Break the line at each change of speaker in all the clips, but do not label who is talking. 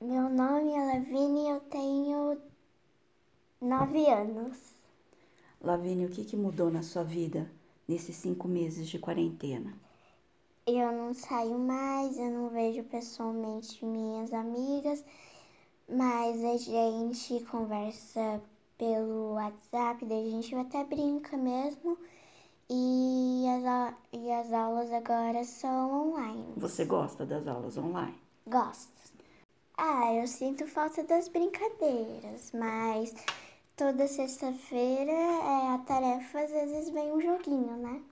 Meu nome é Lavínia e eu tenho nove anos.
Lavínia, o que, que mudou na sua vida nesses cinco meses de quarentena?
Eu não saio mais, eu não vejo pessoalmente minhas amigas, mas a gente conversa pelo WhatsApp, daí a gente até brinca mesmo. E as, au- e as aulas agora são online.
Você gosta das aulas online?
Gosto. Ah, eu sinto falta das brincadeiras, mas toda sexta-feira é a tarefa, às vezes vem um joguinho, né?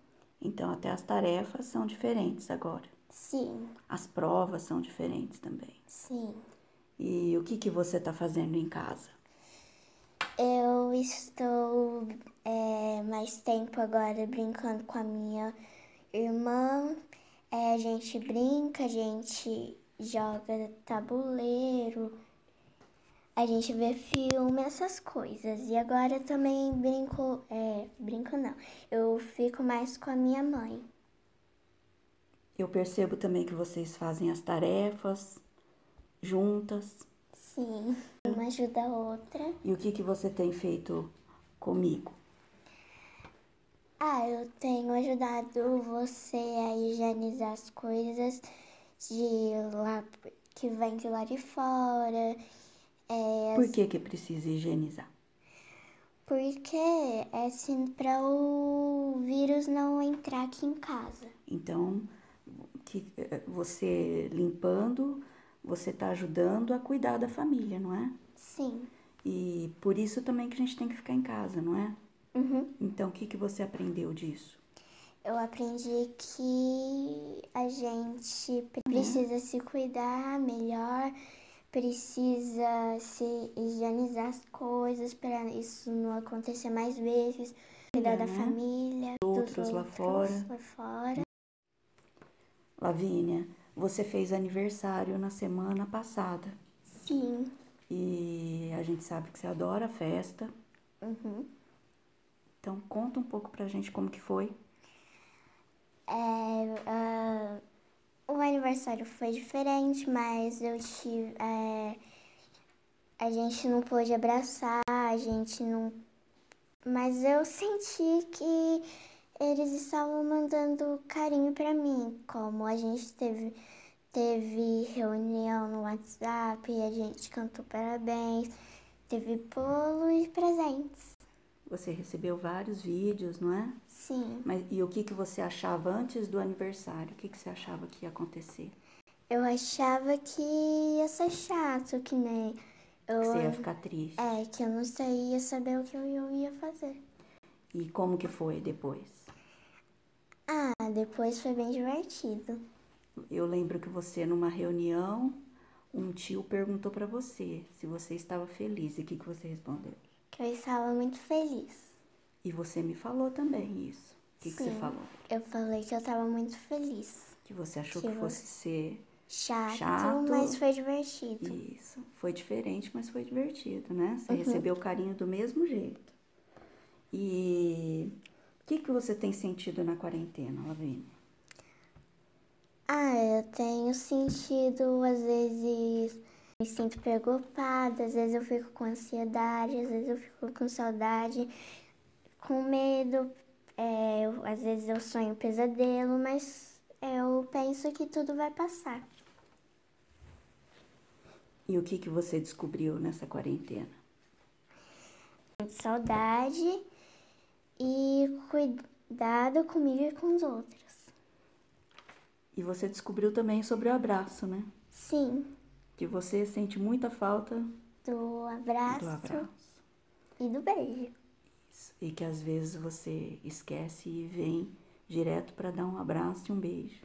Então, até as tarefas são diferentes agora.
Sim,
As provas são diferentes também.
sim.
E o que, que você está fazendo em casa?
Eu estou é, mais tempo agora brincando com a minha irmã. É, a gente brinca, a gente joga tabuleiro, a gente vê filme, essas coisas. E agora eu também brinco, é, brinco não, eu fico mais com a minha mãe.
Eu percebo também que vocês fazem as tarefas juntas.
Sim, uma ajuda a outra.
E o que, que você tem feito comigo?
Ah, eu tenho ajudado você a higienizar as coisas de lá que vem de lá de fora. É,
Por que, que precisa higienizar?
porque é assim para o vírus não entrar aqui em casa.
Então, que, eh, você limpando, você está ajudando a cuidar da família, não é?
Sim.
E por isso também que a gente tem que ficar em casa, não é?
Uhum.
Então, o que, que você aprendeu disso?
Eu aprendi que a gente pre- precisa se cuidar melhor, precisa se higienizar as coisas para isso não acontecer mais vezes, cuidar da
né?
família, dos
Outros lá fora.
lá fora.
Lavínia, você fez aniversário na semana passada
Sim.
e a gente sabe que você adora festa.
Uhum.
Então, conta um pouco pra gente como que foi.
É, ah, o aniversário foi diferente, mas eu tive. é, a gente não pôde abraçar, a gente não. Mas eu senti que eles estavam mandando carinho pra mim, como a gente teve. Teve reunião no WhatsApp, a gente cantou parabéns, teve bolo e presentes.
Você recebeu vários vídeos, não é?
Sim.
Mas, e o que, que você achava antes do aniversário? O que, que você achava que ia acontecer?
Eu achava que ia ser chato, que nem eu.
Que você ia ficar triste?
É, que eu não sei, ia saber o que eu ia fazer.
E como que foi depois?
Ah, depois foi bem divertido.
Eu lembro que você, numa reunião, um tio perguntou pra você se você estava feliz e o que, que você respondeu.
Que eu estava muito feliz.
E você me falou também isso. O que, que você
Sim.
falou?
Eu falei que eu estava muito feliz.
Que você achou
Que
que,
eu-
fosse ser
Chato,
Chato.
mas foi divertido.
isso. Foi diferente, mas foi divertido, né?
Uhum.
Você recebeu o carinho do mesmo jeito. E o que, que você tem sentido na quarentena, Lavínia?
Ah, eu tenho sentido, às vezes me sinto preocupada, às vezes eu fico com ansiedade, às vezes eu fico com saudade, com medo, é, eu- às vezes eu sonho um pesadelo, mas eu penso que tudo vai passar.
E o que, que você descobriu nessa quarentena?
Sinto Saudade e cuidado comigo e com os outros.
E você descobriu também sobre o abraço, né?
Sim,
Que você sente muita falta
do abraço,
do abraço.
e do beijo.
Isso. E que às vezes você esquece e vem direto pra dar um abraço e um beijo.